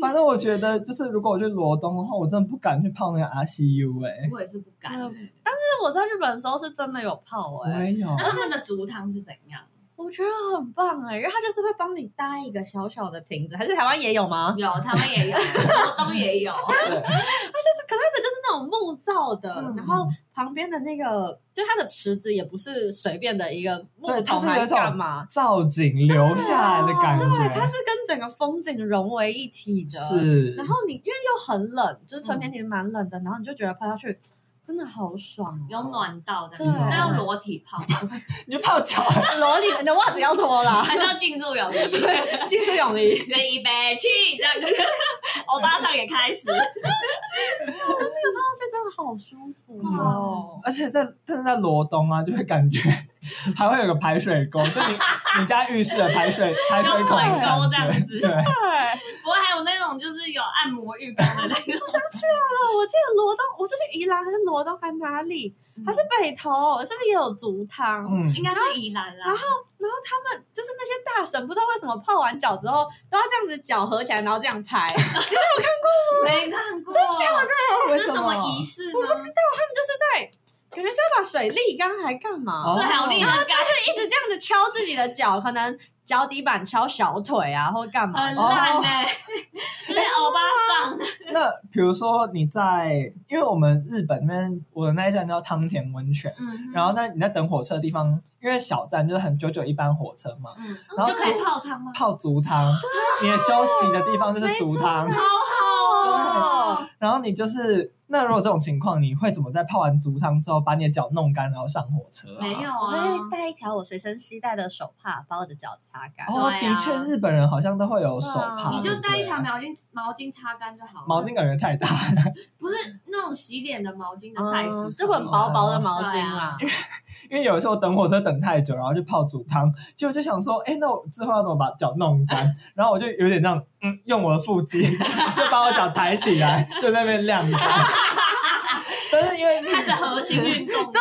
[SPEAKER 2] 反正我觉得就是如果我去罗东的话，我真的不敢去泡那个 RCU 哎、
[SPEAKER 3] 我也是不敢。
[SPEAKER 4] 嗯但是我在日本的时候是真的有泡哎、
[SPEAKER 2] 没有
[SPEAKER 3] 那他们的足汤是怎样？
[SPEAKER 4] 我觉得很棒哎、因为它就是会帮你搭一个小小的亭子，还是台湾也有吗？
[SPEAKER 3] 有，他们也有，罗东也有。
[SPEAKER 4] 就是，可是它的就是那种木造的，
[SPEAKER 3] 嗯
[SPEAKER 4] 然后旁边的那个，就它的池子也不是随便的一个木
[SPEAKER 2] 对它
[SPEAKER 4] 头
[SPEAKER 2] 是有一
[SPEAKER 4] 还
[SPEAKER 2] 种
[SPEAKER 4] 是干嘛，
[SPEAKER 2] 造景留下来的感觉，
[SPEAKER 4] 哦对，它是跟整个风景融为一体的。，
[SPEAKER 2] 是
[SPEAKER 4] 然后你因为又很冷，就是春天其实蛮冷的，然后你就觉得泡下去真的好爽、哦，
[SPEAKER 3] 有。暖到的，
[SPEAKER 4] 对
[SPEAKER 2] 哦
[SPEAKER 3] 那用裸体 泡，
[SPEAKER 2] 你就泡脚，
[SPEAKER 4] 裸体，你的袜子要脱 了，
[SPEAKER 3] 还是要竞速泳衣？
[SPEAKER 4] 进去泳衣。
[SPEAKER 3] 跟一杯气这样 子，欧巴桑也开始。
[SPEAKER 4] 这真的好舒服
[SPEAKER 3] 哦
[SPEAKER 4] 哦！
[SPEAKER 2] 而且在但是在罗东啊，就会感 觉还会有个排水沟，就你你家浴室的排水排水孔的感
[SPEAKER 3] 有水
[SPEAKER 2] 觉
[SPEAKER 3] 沟这样子
[SPEAKER 2] 对，
[SPEAKER 4] 嗯对，
[SPEAKER 3] 不过还有那种就是有按摩浴缸的那种，
[SPEAKER 4] 我记得罗东，我就去宜兰还是罗东还哪里，还是北投，是不是也有足汤？
[SPEAKER 2] 嗯，
[SPEAKER 3] 应该是宜兰啦
[SPEAKER 4] 然。后，然后他们就是那些大神，不知道为什么泡完脚之后都要这样子脚合起来，然后这样 拍，他们
[SPEAKER 3] 没看过，
[SPEAKER 2] 为
[SPEAKER 3] 这是
[SPEAKER 2] 什
[SPEAKER 3] 什么啊仪式吗？
[SPEAKER 4] 就是在感觉是要把水沥干还干嘛，
[SPEAKER 2] 哦
[SPEAKER 3] 所以好厉害，
[SPEAKER 4] 就一直这样子敲自己的脚，可能脚底板敲小腿啊，或干嘛
[SPEAKER 3] 很
[SPEAKER 4] 的。
[SPEAKER 2] 哦
[SPEAKER 3] 烂哎，就是欧巴桑，
[SPEAKER 2] 那比如说你在，因为我们日本那边，我的那一站叫汤田温泉，
[SPEAKER 3] 嗯，
[SPEAKER 2] 然后那你在等火车的地方，因为小站就是很久久一班火车嘛，
[SPEAKER 3] 嗯，
[SPEAKER 2] 然后
[SPEAKER 3] 就可以啊泡汤吗？
[SPEAKER 2] 泡足汤，你的休息的地方就是足汤
[SPEAKER 4] 没，错
[SPEAKER 3] 好好哦，
[SPEAKER 2] 然后你就是那如果这种情况，你会怎么在泡完足汤之后把你的脚弄干，然后上火车、啊？
[SPEAKER 3] 没有
[SPEAKER 4] 我
[SPEAKER 3] 啊，
[SPEAKER 4] 会带一条我随身携带的手帕，把我的脚擦干。
[SPEAKER 2] 哦，
[SPEAKER 3] 对
[SPEAKER 2] 的
[SPEAKER 3] 啊
[SPEAKER 2] 确，日本人好像都会有手帕，
[SPEAKER 3] 你就
[SPEAKER 2] 哎对不对
[SPEAKER 3] 带一条毛巾，啊毛巾擦干就好了。
[SPEAKER 2] 毛巾，感觉太大，
[SPEAKER 3] 不是那种洗脸的毛巾的 size，
[SPEAKER 4] 嗯，就很薄薄的毛巾
[SPEAKER 3] 对
[SPEAKER 4] 啦
[SPEAKER 3] 啊。
[SPEAKER 2] 因为有时候等火车等太久，然后就泡足汤，结果就想说，哎，那我之后要怎么把脚弄 干？然后我就有点这样，嗯，用我的腹肌 就把我脚抬起 来，就在那边晾干。但是因为
[SPEAKER 3] 开
[SPEAKER 2] 日
[SPEAKER 3] 始核心 运动了，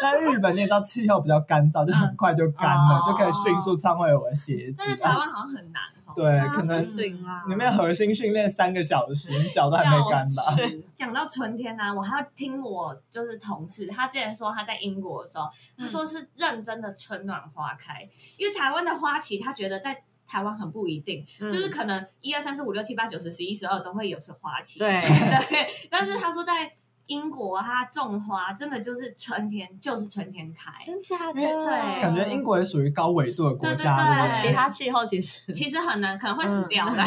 [SPEAKER 2] 在日本，你也知道气候比较干燥，就很快就干了，
[SPEAKER 3] 嗯
[SPEAKER 2] 就可以迅速忏悔我的鞋
[SPEAKER 3] 但是
[SPEAKER 2] 子。啊
[SPEAKER 3] 台湾好像很难哦。
[SPEAKER 2] 对
[SPEAKER 4] 啊，
[SPEAKER 2] 可能
[SPEAKER 4] 不行啦。
[SPEAKER 2] 你们核心训练三个小时，你脚都还没干吧？
[SPEAKER 3] 笑死讲到春天呢、啊，我还要听我就是同事，他之前说他在英国的时候，他
[SPEAKER 4] 嗯
[SPEAKER 3] 说是认真的春暖花开，因为台湾的花期，他觉得在台湾很不一定，
[SPEAKER 4] 嗯
[SPEAKER 3] 就是可能一二三四五六七八九十十一十二都会有是花期，
[SPEAKER 4] 对
[SPEAKER 3] 对，但是他说在。英国它种花真的就是春天就是春天开，
[SPEAKER 4] 真假
[SPEAKER 2] 因
[SPEAKER 4] 的？
[SPEAKER 2] 为
[SPEAKER 4] 哎
[SPEAKER 3] 对
[SPEAKER 2] 感觉英国也属于高纬度的国家，
[SPEAKER 3] 对对对
[SPEAKER 2] 不
[SPEAKER 4] 其他气候其实
[SPEAKER 3] 其实很难，可能会死掉。
[SPEAKER 4] 嗯
[SPEAKER 3] 但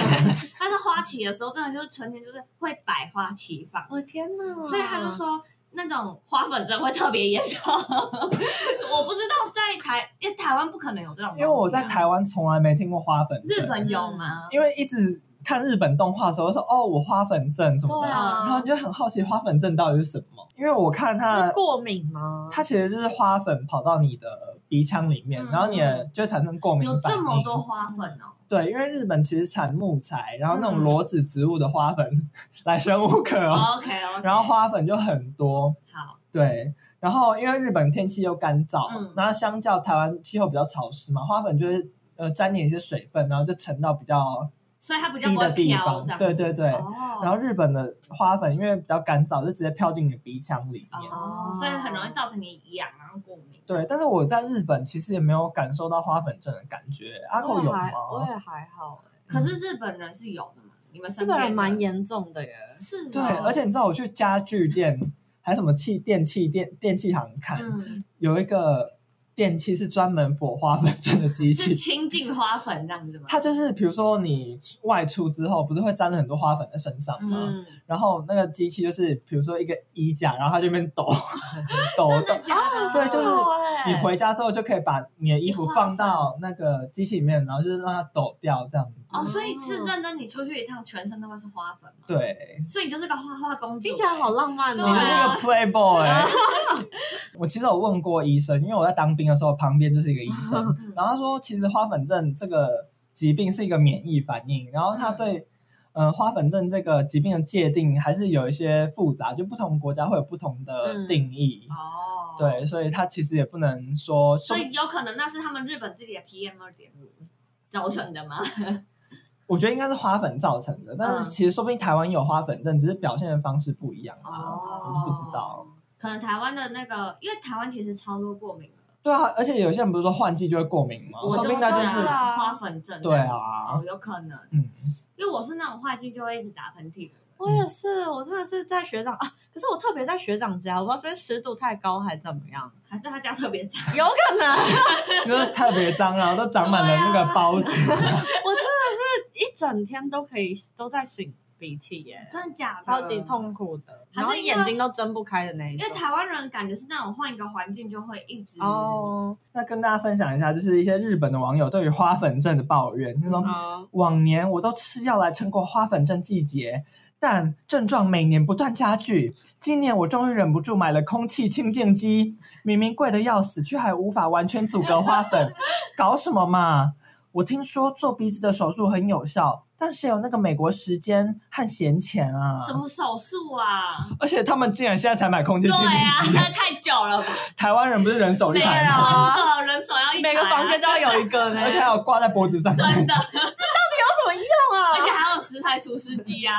[SPEAKER 3] 但是花期的时候，真的就是春天，就是会百花齐放。
[SPEAKER 4] 我天哪！
[SPEAKER 3] 所以他就说，那种花粉症会特别严重。 我不知道在台，因为台湾不可能有这种东西啊、
[SPEAKER 2] 因为我在台湾从来没听过花粉
[SPEAKER 3] 日
[SPEAKER 2] 症，
[SPEAKER 3] 本有吗？
[SPEAKER 2] 因为一直看日本动画的时候说哦，我花粉症什么
[SPEAKER 4] 对
[SPEAKER 2] 的，
[SPEAKER 4] 啊
[SPEAKER 2] 然后你就很好奇花粉症到底是什么，因为我看它
[SPEAKER 4] 是过敏吗？
[SPEAKER 2] 它其实就是花粉跑到你的鼻腔里面，
[SPEAKER 3] 嗯
[SPEAKER 2] 然后你的就产生过敏
[SPEAKER 3] 有
[SPEAKER 2] 反
[SPEAKER 3] 这
[SPEAKER 2] 应。
[SPEAKER 3] 么多花粉哦，
[SPEAKER 2] 对，因为日本其实产木材，然后那种
[SPEAKER 3] 嗯
[SPEAKER 2] 裸子植物的花粉、 来生无可哦，
[SPEAKER 3] OK OK，
[SPEAKER 2] 然后花粉就很多。
[SPEAKER 3] 好，
[SPEAKER 2] 对，然后因为日本天气又干燥，
[SPEAKER 3] 嗯
[SPEAKER 2] 然后相较台湾气候比较潮湿嘛，花粉就是呃沾点一些水分，然后就沉到比较
[SPEAKER 3] 所以它比较
[SPEAKER 2] 低
[SPEAKER 3] 不会
[SPEAKER 2] 的地
[SPEAKER 3] 飘
[SPEAKER 2] 方
[SPEAKER 3] 这。样。
[SPEAKER 2] 对对对。
[SPEAKER 3] 哦，
[SPEAKER 2] 然后日本的花粉因为比较干燥，就直接飘进你的鼻腔里面。
[SPEAKER 3] 哦，所以很容易造成你痒，然后过敏。
[SPEAKER 2] 对，但是我在日本其实也没有感受到花粉症的感觉。阿
[SPEAKER 4] 我
[SPEAKER 2] 扣
[SPEAKER 4] 也
[SPEAKER 2] 有
[SPEAKER 4] 还
[SPEAKER 2] 吗？
[SPEAKER 4] 我也还好欸，
[SPEAKER 3] 可是日本人是有的嘛？你们
[SPEAKER 4] 日
[SPEAKER 3] 身边
[SPEAKER 4] 本人
[SPEAKER 3] 的
[SPEAKER 4] 蛮严重的耶。
[SPEAKER 3] 是哦
[SPEAKER 2] 对，而且你知道我去家具店还有什么器电器电电器行看，
[SPEAKER 3] 嗯，
[SPEAKER 2] 有一个电器是专门for 花粉症的机
[SPEAKER 3] 是
[SPEAKER 2] 器，
[SPEAKER 3] 清净花粉这样子吗？
[SPEAKER 2] 它就是比如说你外出之后不是会沾了很多花粉在身上吗？
[SPEAKER 4] 嗯，
[SPEAKER 2] 然后那个机器就是比如说一个衣架，然后它就在那边抖抖
[SPEAKER 3] 真
[SPEAKER 2] 抖
[SPEAKER 3] 的，假的？
[SPEAKER 2] 对就是
[SPEAKER 4] 好欸
[SPEAKER 2] 你回家之后就可以把你的衣服
[SPEAKER 3] 一花
[SPEAKER 2] 放到那个机器里面，然后就是让它抖掉这样子。
[SPEAKER 3] 哦，所以是认真，你出去一趟，全身都会是花粉嘛？，
[SPEAKER 2] 对，
[SPEAKER 3] 所以你就是个花花公主，欸
[SPEAKER 4] 听起来好浪漫
[SPEAKER 2] 你
[SPEAKER 4] 哦。
[SPEAKER 3] 对
[SPEAKER 2] 就是
[SPEAKER 3] 啊
[SPEAKER 2] 个 playboy。我其实有问过医生，因为我在当兵的时候旁边就是一个医生，
[SPEAKER 3] 嗯
[SPEAKER 2] 然后他说其实花粉症这个疾病是一个免疫反应，然后他对。
[SPEAKER 3] 嗯
[SPEAKER 2] 呃，花粉症这个疾病的界定还是有一些复杂，就不同国家会有不同的
[SPEAKER 4] 嗯
[SPEAKER 2] 定义，
[SPEAKER 3] 哦，，
[SPEAKER 2] 对，所以他其实也不能说，
[SPEAKER 3] 所以有可能那是他们日本自己的 PM 二点五造成的吗？
[SPEAKER 2] 我觉得应该是花粉造成的，但是
[SPEAKER 3] 嗯
[SPEAKER 2] 其实说不定台湾有花粉症，只是表现的方式不一样啊，
[SPEAKER 3] 哦
[SPEAKER 2] 我是不知道。
[SPEAKER 3] 可能台湾的那个，因为台湾其实超多过敏的，
[SPEAKER 2] 对啊，而且有些人不是说换季就会过敏吗？
[SPEAKER 3] 我
[SPEAKER 2] 说
[SPEAKER 3] 就
[SPEAKER 2] 不定
[SPEAKER 3] 说
[SPEAKER 2] 那就
[SPEAKER 4] 说
[SPEAKER 2] 是
[SPEAKER 4] 是啊
[SPEAKER 3] 花粉症，
[SPEAKER 2] 对，啊
[SPEAKER 3] 哦，，有可能，
[SPEAKER 2] 嗯，
[SPEAKER 3] 因为我是那种换季就会一直打喷嚏的人，
[SPEAKER 4] 我也是，我真的是在学长啊，可是我特别在学长家，我不知道是不是湿度太高还怎么样，
[SPEAKER 3] 还是他家特别脏，
[SPEAKER 4] 有可能。
[SPEAKER 2] 就是特别脏啊，都长满了那个包子。
[SPEAKER 3] 啊
[SPEAKER 4] 我真的是一整天都可以都在擤鼻涕耶，
[SPEAKER 3] 真的假的？
[SPEAKER 4] 超级。痛苦的，
[SPEAKER 3] 还
[SPEAKER 4] 然后
[SPEAKER 3] 是因为
[SPEAKER 4] 眼睛都睁不开的那一
[SPEAKER 3] 因为
[SPEAKER 4] 种。
[SPEAKER 3] 台湾人感觉是那种换一个环境就会一直
[SPEAKER 4] 哦，
[SPEAKER 2] 那跟大家分享一下，就是一些日本的网友对于花粉症的抱怨，他说
[SPEAKER 3] 嗯
[SPEAKER 4] 啊，
[SPEAKER 2] 往年我都吃药来撑过花粉症季节，但症状每年不断加剧。今年我终于忍不住买了空气清净机，明明贵的要死，却还无法完全阻隔花 粉，搞什么嘛？我听说做鼻子的手术很有效，但是有那个美国时间和闲钱啊。
[SPEAKER 3] 怎么手术啊？
[SPEAKER 2] 而且他们竟然现在才买空气
[SPEAKER 3] 对
[SPEAKER 2] 清净机，
[SPEAKER 3] 啊， 太久了吧？
[SPEAKER 2] 台湾人不是人手一
[SPEAKER 3] 没有
[SPEAKER 2] 台吗，
[SPEAKER 3] 啊，人手要一台
[SPEAKER 4] 每
[SPEAKER 3] 啊
[SPEAKER 4] 个房间都要有一个呢，
[SPEAKER 2] 而且还有挂在脖子上。
[SPEAKER 3] 真的，
[SPEAKER 4] 有什么用啊？
[SPEAKER 3] 而且还有十台除湿 机啊！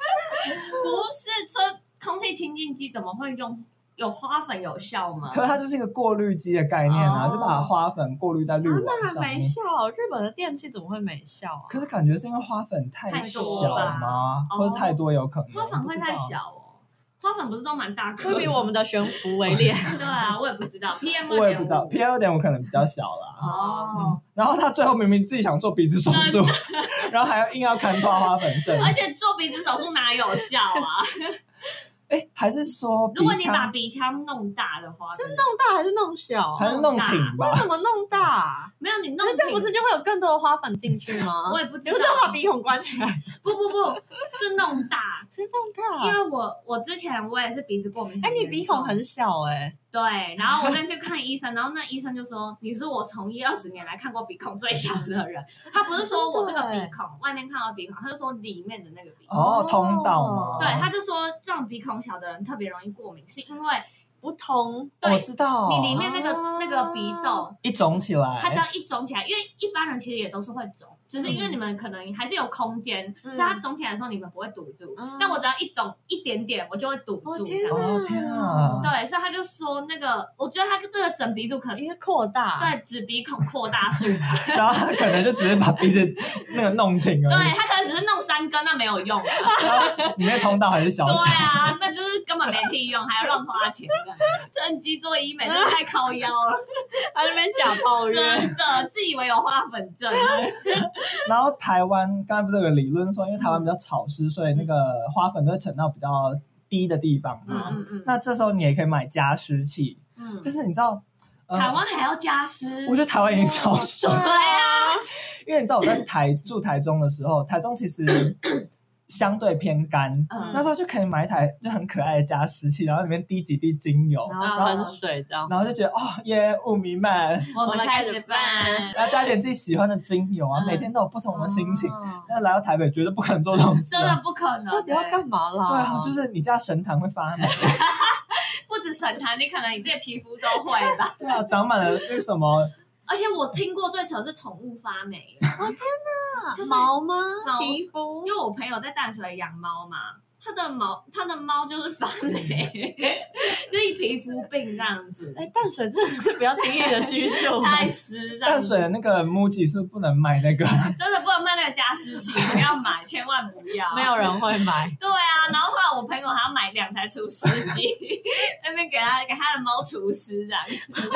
[SPEAKER 3] 不是说空气清净机怎么会用有花粉有效吗？
[SPEAKER 2] 可是它就是一个过滤机的概念啊，
[SPEAKER 3] 哦
[SPEAKER 2] 就把花粉过滤在滤
[SPEAKER 4] 啊
[SPEAKER 2] 网
[SPEAKER 4] 那还
[SPEAKER 2] 上面。
[SPEAKER 4] 没效，日本的电器怎么会没效啊？
[SPEAKER 2] 可是感觉是因为花粉太
[SPEAKER 3] 太
[SPEAKER 2] 小
[SPEAKER 3] 多
[SPEAKER 2] 了吗？
[SPEAKER 3] 吧
[SPEAKER 2] 或者太多有可能？
[SPEAKER 3] 花粉会
[SPEAKER 2] 不
[SPEAKER 3] 太
[SPEAKER 2] 知道。
[SPEAKER 3] 小哦，花粉不是都蛮大颗
[SPEAKER 4] 会
[SPEAKER 3] 的？
[SPEAKER 4] 比我们的悬浮为烈。
[SPEAKER 3] 对啊，我也不知道 PM
[SPEAKER 2] 我
[SPEAKER 3] 二
[SPEAKER 2] 也不
[SPEAKER 3] 点
[SPEAKER 2] 知道
[SPEAKER 3] 五
[SPEAKER 2] ，P 二点五可能比较小啦。
[SPEAKER 4] 嗯
[SPEAKER 3] 哦，
[SPEAKER 2] 然后他最后明明自己想做鼻子手 术，然后还要硬要砍抓花粉症，
[SPEAKER 3] 而且做鼻子手术哪有效 啊？
[SPEAKER 2] 哎，还是说鼻
[SPEAKER 3] 如果你把
[SPEAKER 2] 腔
[SPEAKER 3] 鼻腔弄大的话，
[SPEAKER 4] 是弄 大还是弄小？啊
[SPEAKER 2] 还是弄挺
[SPEAKER 4] 为
[SPEAKER 2] 吧？
[SPEAKER 4] 什么弄大啊？
[SPEAKER 3] 没有你弄
[SPEAKER 4] 那这样不是
[SPEAKER 3] 挺
[SPEAKER 4] 就会有更多的花粉进去吗？
[SPEAKER 3] 我也不知
[SPEAKER 4] 你
[SPEAKER 3] 道
[SPEAKER 4] 不啊是，把鼻孔关起来？
[SPEAKER 3] 不不不是弄 大，
[SPEAKER 4] 是弄大
[SPEAKER 3] 因为我我之前我也是鼻子过敏，
[SPEAKER 4] 啊哎，你鼻孔很小
[SPEAKER 3] 欸
[SPEAKER 4] 哎，
[SPEAKER 3] 对，然后我再去看医生，然后那医生就说你是我从医二十年来看过鼻孔最小的人。他不是说我这个鼻孔外面看到鼻孔，他就说里面的那个鼻孔。
[SPEAKER 2] 哦，通道吗？
[SPEAKER 3] 对，他就说这种鼻孔小的人特别容易过敏，是因为
[SPEAKER 4] 不通。
[SPEAKER 3] 对
[SPEAKER 2] 我知道，
[SPEAKER 3] 你里面那个、
[SPEAKER 4] 哦哎
[SPEAKER 3] 那个鼻窦，
[SPEAKER 2] 一肿起来，
[SPEAKER 3] 它这样一肿起来，因为一般人其实也都是会肿，就是因为你们可能还是有空间，
[SPEAKER 4] 嗯
[SPEAKER 3] 所以它肿起来的时候你们不会堵住。
[SPEAKER 4] 嗯
[SPEAKER 3] 但我只要一肿一点点，我就会堵
[SPEAKER 4] 我
[SPEAKER 3] 住。
[SPEAKER 4] 天
[SPEAKER 3] 这样
[SPEAKER 4] 哪
[SPEAKER 2] 哦天啊！
[SPEAKER 3] 对，所以他就说那个，我觉得他这个整鼻度可 能
[SPEAKER 4] 因为扩大，
[SPEAKER 3] 对子鼻孔扩大术，对
[SPEAKER 2] 然后他可能就只是把鼻子那个弄挺而已，
[SPEAKER 3] 他可能只是弄三根，那没有用。啊
[SPEAKER 2] 里面通道还是小
[SPEAKER 3] 对
[SPEAKER 2] 小。
[SPEAKER 3] 啊，那就是根本没屁用，还要乱花钱这样。趁机做医美真的太靠腰了，
[SPEAKER 1] 他那边假抱怨，
[SPEAKER 3] 真的自以为有花粉症。啊
[SPEAKER 2] 然后台湾刚才不是有个理论说，因为台湾比
[SPEAKER 3] 嗯
[SPEAKER 2] 较潮湿，所以那个花粉都会沉到比较低的地方
[SPEAKER 3] 嗯
[SPEAKER 2] 嘛。
[SPEAKER 3] 嗯
[SPEAKER 1] 嗯
[SPEAKER 2] 那这时候你也可以买加湿器，
[SPEAKER 3] 嗯，
[SPEAKER 2] 但是你知道，呃
[SPEAKER 3] 台湾哦还要加湿，
[SPEAKER 2] 我觉得台湾已经超湿
[SPEAKER 3] 对，啊，
[SPEAKER 2] 因为你知道我在台住台中的时候，台中其 实相对偏干，
[SPEAKER 3] 嗯
[SPEAKER 2] 那时候就可以买一台就很可爱的加湿器，然后里面滴几滴精油，
[SPEAKER 3] 哦
[SPEAKER 4] 然后喷水这样。
[SPEAKER 2] 然后就觉得哦耶雾弥漫，
[SPEAKER 3] 我们开始办。
[SPEAKER 2] 然后加点自己喜欢的精油啊，
[SPEAKER 3] 嗯
[SPEAKER 2] 每天都有不同的心情。
[SPEAKER 4] 哦
[SPEAKER 2] 那来到台北绝对不可能做这种事
[SPEAKER 3] 真的
[SPEAKER 2] 啊，
[SPEAKER 3] 不可能，
[SPEAKER 4] 到底要干嘛啦？
[SPEAKER 2] 对啊，就是你家神坛会发 霉，
[SPEAKER 3] 欸不止神坛，你可能你自己皮肤都会吧。
[SPEAKER 2] 对啊，长满了那个什么，
[SPEAKER 3] 而且我听过最扯是宠物发霉，就是
[SPEAKER 4] 啊毛吗？
[SPEAKER 3] 毛
[SPEAKER 4] 皮肤
[SPEAKER 3] 因为我朋友在淡水养猫嘛，它的毛它的猫就是发霉， 就是皮肤病这样子，
[SPEAKER 4] 哎，淡水真的是不要轻易的居 住。
[SPEAKER 3] 太湿这样
[SPEAKER 2] 淡
[SPEAKER 3] 子
[SPEAKER 2] 水的那个 MUJI 是不能卖那个，
[SPEAKER 3] 真的不能卖那个加湿器，不要买，千万不要。
[SPEAKER 4] 没有人会买，
[SPEAKER 3] 对啊，然后后来我朋友还要买两台除湿机，那边给他给他的猫除湿这样子。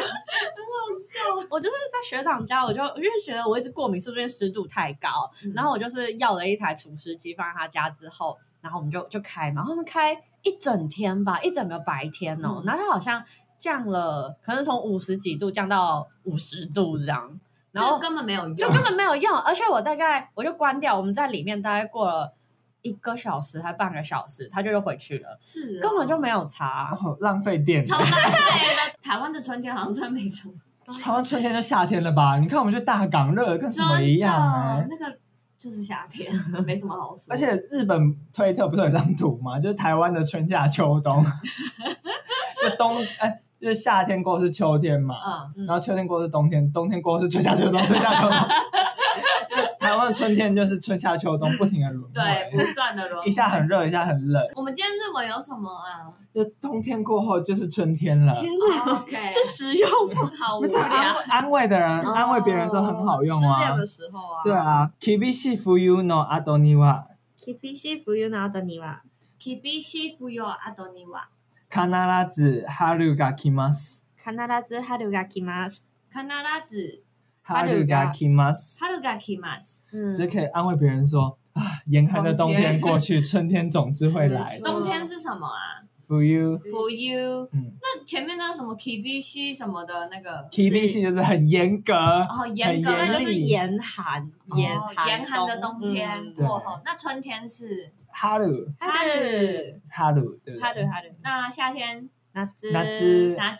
[SPEAKER 4] 我就是在学长家，我就我就觉得我一直过敏，是不是湿度太高？然后我就是要了一台除湿机放在他家之后，然后我们就就开嘛，然后我们开一整天吧，一整个白天哦，
[SPEAKER 3] 嗯
[SPEAKER 4] 然后它好像降了，可能从五十几度降到五十度这样，然
[SPEAKER 3] 然
[SPEAKER 4] 后
[SPEAKER 3] 后根本没有用，
[SPEAKER 4] 就根本没有用，而且我大概我就关掉，我们在里面大概过了一个小时还半个小时，它就又回去了，
[SPEAKER 3] 是哦
[SPEAKER 4] 根本就没有查。
[SPEAKER 2] 哦浪费电。
[SPEAKER 3] 超浪费的。台湾的春天好像真没什么，
[SPEAKER 2] 台湾春天就夏天了吧？你看我们去大港热得跟什么一样哎、
[SPEAKER 3] 真的那个就是夏天，没什么好说。
[SPEAKER 2] 而且日本推特不是有一张图吗？就是台湾的春夏秋冬， 就冬哎、就是夏天过后是秋天嘛，
[SPEAKER 3] 嗯，
[SPEAKER 4] 嗯
[SPEAKER 2] 然后秋天过后是冬天，冬天过后是春夏秋冬，春夏秋冬。 台湾的春天就是春夏秋冬不停的轮
[SPEAKER 3] 对，
[SPEAKER 2] 回，
[SPEAKER 3] 不断的轮回
[SPEAKER 2] 一下很。热，一下很冷，
[SPEAKER 3] 我们今天日文有什么啊
[SPEAKER 2] 就冬天过后就是春天了。
[SPEAKER 4] 天
[SPEAKER 3] 哦？OK，
[SPEAKER 4] 这实用吗？
[SPEAKER 3] 好无
[SPEAKER 2] 不是安
[SPEAKER 3] 聊
[SPEAKER 2] 慰。安慰的人，安慰别人说很好用
[SPEAKER 4] 哦失恋
[SPEAKER 2] 啊
[SPEAKER 4] 的。时候啊，
[SPEAKER 2] 对啊，Kibi 系服 you know 阿多尼瓦。
[SPEAKER 4] ，KP 西服 you know 的你吧。
[SPEAKER 3] 厳しい冬よあとには
[SPEAKER 2] 必ず春が来ます。
[SPEAKER 4] 必ず春が来ます。
[SPEAKER 3] 必ず
[SPEAKER 2] 春が来ます。
[SPEAKER 3] 春が来ます。
[SPEAKER 4] 嗯
[SPEAKER 2] 就可以安慰别人说啊，严寒的冬天过去，春天总是会来的。
[SPEAKER 3] 冬天是什么啊
[SPEAKER 2] For you，
[SPEAKER 3] ？Fuyu。
[SPEAKER 2] 嗯
[SPEAKER 3] 那前面那个什么 kibishi 什么的那个
[SPEAKER 2] ，TV 系就是很严格。
[SPEAKER 3] 哦，严格
[SPEAKER 2] 很
[SPEAKER 3] 那
[SPEAKER 4] 那就
[SPEAKER 3] 就
[SPEAKER 4] 是是
[SPEAKER 2] 厉
[SPEAKER 4] 严寒，
[SPEAKER 3] 哦
[SPEAKER 4] 严寒，
[SPEAKER 3] 严寒的冬天
[SPEAKER 4] 嗯
[SPEAKER 2] 对
[SPEAKER 3] 过后，那春天是
[SPEAKER 2] 春，春，
[SPEAKER 3] 春，
[SPEAKER 2] 对不
[SPEAKER 4] 春
[SPEAKER 2] 对？
[SPEAKER 4] 春，
[SPEAKER 3] 那夏天
[SPEAKER 4] 夏
[SPEAKER 2] 夏
[SPEAKER 3] 夏、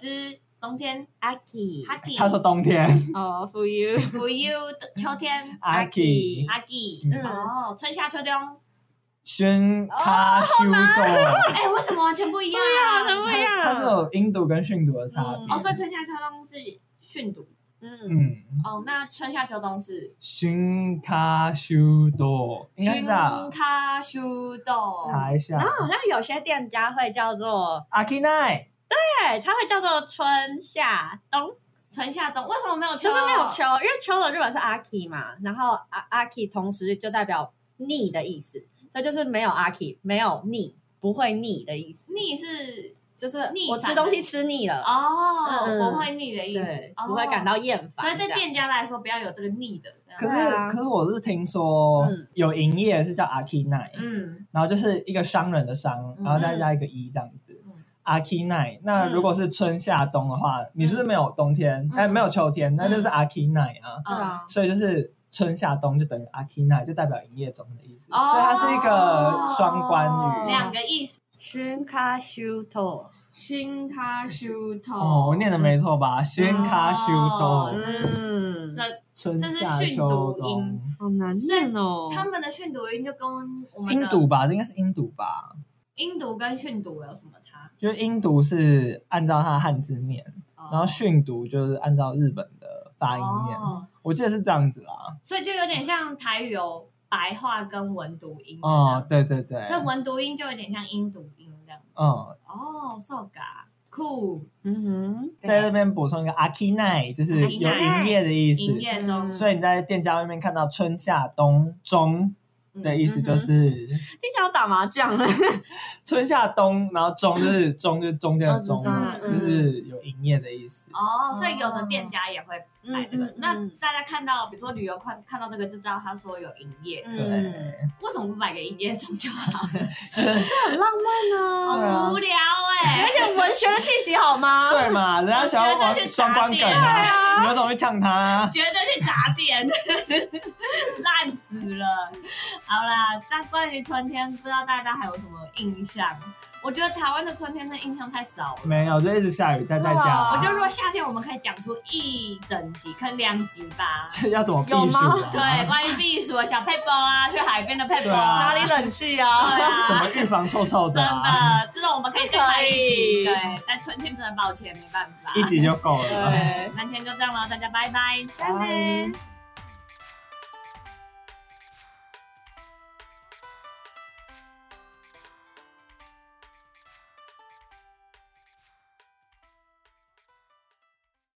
[SPEAKER 3] 冬天
[SPEAKER 4] 秋，
[SPEAKER 3] 秋、
[SPEAKER 2] 他说冬天，
[SPEAKER 4] 哦，for you，
[SPEAKER 3] 冬、秋天
[SPEAKER 2] 阿 k
[SPEAKER 3] 秋。
[SPEAKER 2] 嗯
[SPEAKER 3] 哦，春夏秋冬。
[SPEAKER 2] 熏卡修斗，
[SPEAKER 3] 哎，为什么完全不一样啊？
[SPEAKER 4] 不一样
[SPEAKER 2] 它是有音读跟训读的差别
[SPEAKER 3] 哦，。所以春夏秋冬是训读。
[SPEAKER 4] 嗯，
[SPEAKER 2] 嗯，
[SPEAKER 3] 哦，那春夏秋冬是
[SPEAKER 2] 熏卡修斗，应该是啊
[SPEAKER 3] 春，夏秋冬。
[SPEAKER 2] 查一下
[SPEAKER 4] 然。后好像有些店家会叫做，
[SPEAKER 2] 阿 k 奈，
[SPEAKER 4] 对，它会叫做春夏冬，
[SPEAKER 3] 春夏冬为什么没有秋？啊
[SPEAKER 4] 就是没有秋，因为秋的日本是阿 k 嘛，然后阿阿 k 同时就代表腻的意思，所以就是没有阿 k 没有腻，不会腻的意思，
[SPEAKER 3] 腻是
[SPEAKER 4] 就是
[SPEAKER 3] 腻
[SPEAKER 4] 我
[SPEAKER 3] 反
[SPEAKER 4] 吃东西吃腻了，
[SPEAKER 3] 哦，
[SPEAKER 4] 嗯
[SPEAKER 3] 不会腻的意思
[SPEAKER 4] 对，，不会感
[SPEAKER 3] 哦。
[SPEAKER 4] 到厌烦。
[SPEAKER 3] 所以对
[SPEAKER 4] 这样
[SPEAKER 3] 店家来说，不要有这个腻的。这样
[SPEAKER 2] 可是、
[SPEAKER 4] 对啊
[SPEAKER 2] 可是我是听说
[SPEAKER 4] 嗯
[SPEAKER 2] 有营业是叫阿 k 奈，
[SPEAKER 3] 嗯，
[SPEAKER 2] 然后就是一个商人的商，
[SPEAKER 3] 嗯
[SPEAKER 2] 然后再加一个一这样子
[SPEAKER 3] 嗯。
[SPEAKER 2] 阿 k 奈，那如果是春夏冬的话，你是不是没有冬天？哎，没有秋天，那就是阿 k 奈啊。
[SPEAKER 4] 对啊，
[SPEAKER 2] 所以就是春夏冬就等于阿 k 奈，就代表营业中的意思，
[SPEAKER 3] 哦
[SPEAKER 2] 所以它是一个双
[SPEAKER 3] 嗯，
[SPEAKER 2] 关语。
[SPEAKER 3] 两个意思。
[SPEAKER 4] 寻卡修头，
[SPEAKER 3] 新卡修头
[SPEAKER 2] 哦，我念的没错吧？先卡修冬，
[SPEAKER 4] 嗯，
[SPEAKER 3] 这
[SPEAKER 2] 春
[SPEAKER 3] 嗯哦这是
[SPEAKER 2] 夏
[SPEAKER 3] 训
[SPEAKER 2] 秋
[SPEAKER 3] 读
[SPEAKER 2] 冬
[SPEAKER 3] 音，
[SPEAKER 4] 好难念哦
[SPEAKER 3] 他们的训读音就跟我们
[SPEAKER 2] 音
[SPEAKER 3] 的
[SPEAKER 2] 读吧，这应该是音读吧？
[SPEAKER 3] 音读跟训读有什么差？哦
[SPEAKER 2] 就是音读是按照它汉字念，
[SPEAKER 3] 然
[SPEAKER 2] 然后训读就是按照日本的发音念，
[SPEAKER 3] 哦，
[SPEAKER 2] 我记得是这样子啦。
[SPEAKER 3] 所以就有点像台语有白话跟文读音的那
[SPEAKER 2] 哦
[SPEAKER 3] 种，，
[SPEAKER 2] 对对对，
[SPEAKER 3] 所以文读音就有点像音读音这样。
[SPEAKER 2] 嗯，
[SPEAKER 3] 哦，so ga，酷，
[SPEAKER 4] 嗯哼，
[SPEAKER 2] 在这边补充一个 “aki night”，就是有营业的意
[SPEAKER 3] 营
[SPEAKER 2] 思。
[SPEAKER 3] 业中
[SPEAKER 4] 嗯
[SPEAKER 2] 所以你在店家外面看到春夏冬中
[SPEAKER 3] 嗯
[SPEAKER 2] 的意思，就是
[SPEAKER 4] 听起来要打麻将了。
[SPEAKER 2] 春夏冬，然后中就是中就是中间的中，
[SPEAKER 3] 嗯
[SPEAKER 2] 就
[SPEAKER 3] 嗯
[SPEAKER 2] 是有营业的意思。
[SPEAKER 3] 哦，所以有
[SPEAKER 4] 嗯
[SPEAKER 3] 的店家也会买这个。
[SPEAKER 4] 嗯嗯嗯
[SPEAKER 3] 那大家看到，比如说旅游看看到这个，就知道他说有营业，
[SPEAKER 4] 嗯
[SPEAKER 2] 对，
[SPEAKER 3] 为什么不买个营业中 就好？
[SPEAKER 4] 很浪漫啊，
[SPEAKER 2] 对啊
[SPEAKER 3] 好无聊 哎、
[SPEAKER 4] 有点文学的气息好吗？
[SPEAKER 2] 对嘛，人家想要玩
[SPEAKER 3] 我觉得去
[SPEAKER 2] 双关梗
[SPEAKER 3] 打
[SPEAKER 2] 啊，你有种去呛他啊。
[SPEAKER 3] 绝对去砸店， 烂死了。好啦，那关于春天，不知道大家还有什么印象？我觉得台湾的春天的印象太少了。
[SPEAKER 2] 没有，就一直下雨，待在家
[SPEAKER 4] 哇
[SPEAKER 2] 啊。
[SPEAKER 3] 我觉得如果夏天，我们可以讲出一整集，可能两集 吧。
[SPEAKER 2] 这 要怎么避
[SPEAKER 4] 有
[SPEAKER 2] 暑
[SPEAKER 4] 吗
[SPEAKER 2] 啊？
[SPEAKER 3] 对，，关于避暑的小配包啊，去海边的配包
[SPEAKER 2] 对啊
[SPEAKER 3] 啊，
[SPEAKER 4] 哪里冷气
[SPEAKER 3] 对
[SPEAKER 4] 啊？
[SPEAKER 3] 啊，
[SPEAKER 2] 怎么预防臭臭
[SPEAKER 3] 真
[SPEAKER 2] 啊？
[SPEAKER 3] 的，这种我们可以再开一集。
[SPEAKER 4] 可以
[SPEAKER 3] 对，但春天真的抱歉，没办法。
[SPEAKER 2] 一集就够了。
[SPEAKER 4] 对
[SPEAKER 3] 那今天就这样了，大家拜拜，
[SPEAKER 4] 拜拜。